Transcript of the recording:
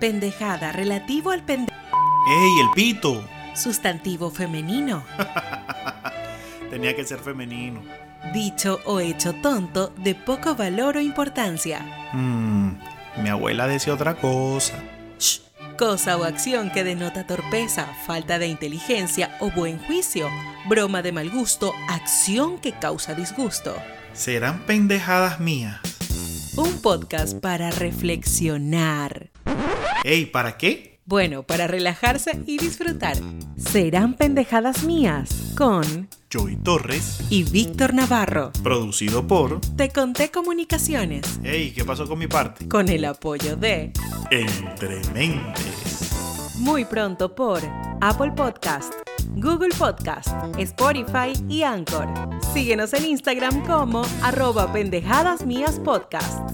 Pendejada relativo al pendejo. ¡Ey, el pito! Sustantivo femenino. Tenía que ser femenino. Dicho o hecho tonto de poco valor o importancia. Mm, mi abuela decía otra cosa. Shh, cosa o acción que denota torpeza, falta de inteligencia o buen juicio. Broma de mal gusto, acción que causa disgusto. ¿Serán pendejadas mías? Un podcast para reflexionar. ¡Ey, ¿para qué? Bueno, para relajarse y disfrutar. Serán pendejadas mías con Joey Torres, y Víctor Navarro. producido por... Te conté comunicaciones ¡Ey, qué pasó con mi parte! con el apoyo de Entre mentes. muy pronto por Apple Podcast, Google Podcast, Spotify y Anchor. Síguenos en Instagram como arroba pendejadas mías podcast.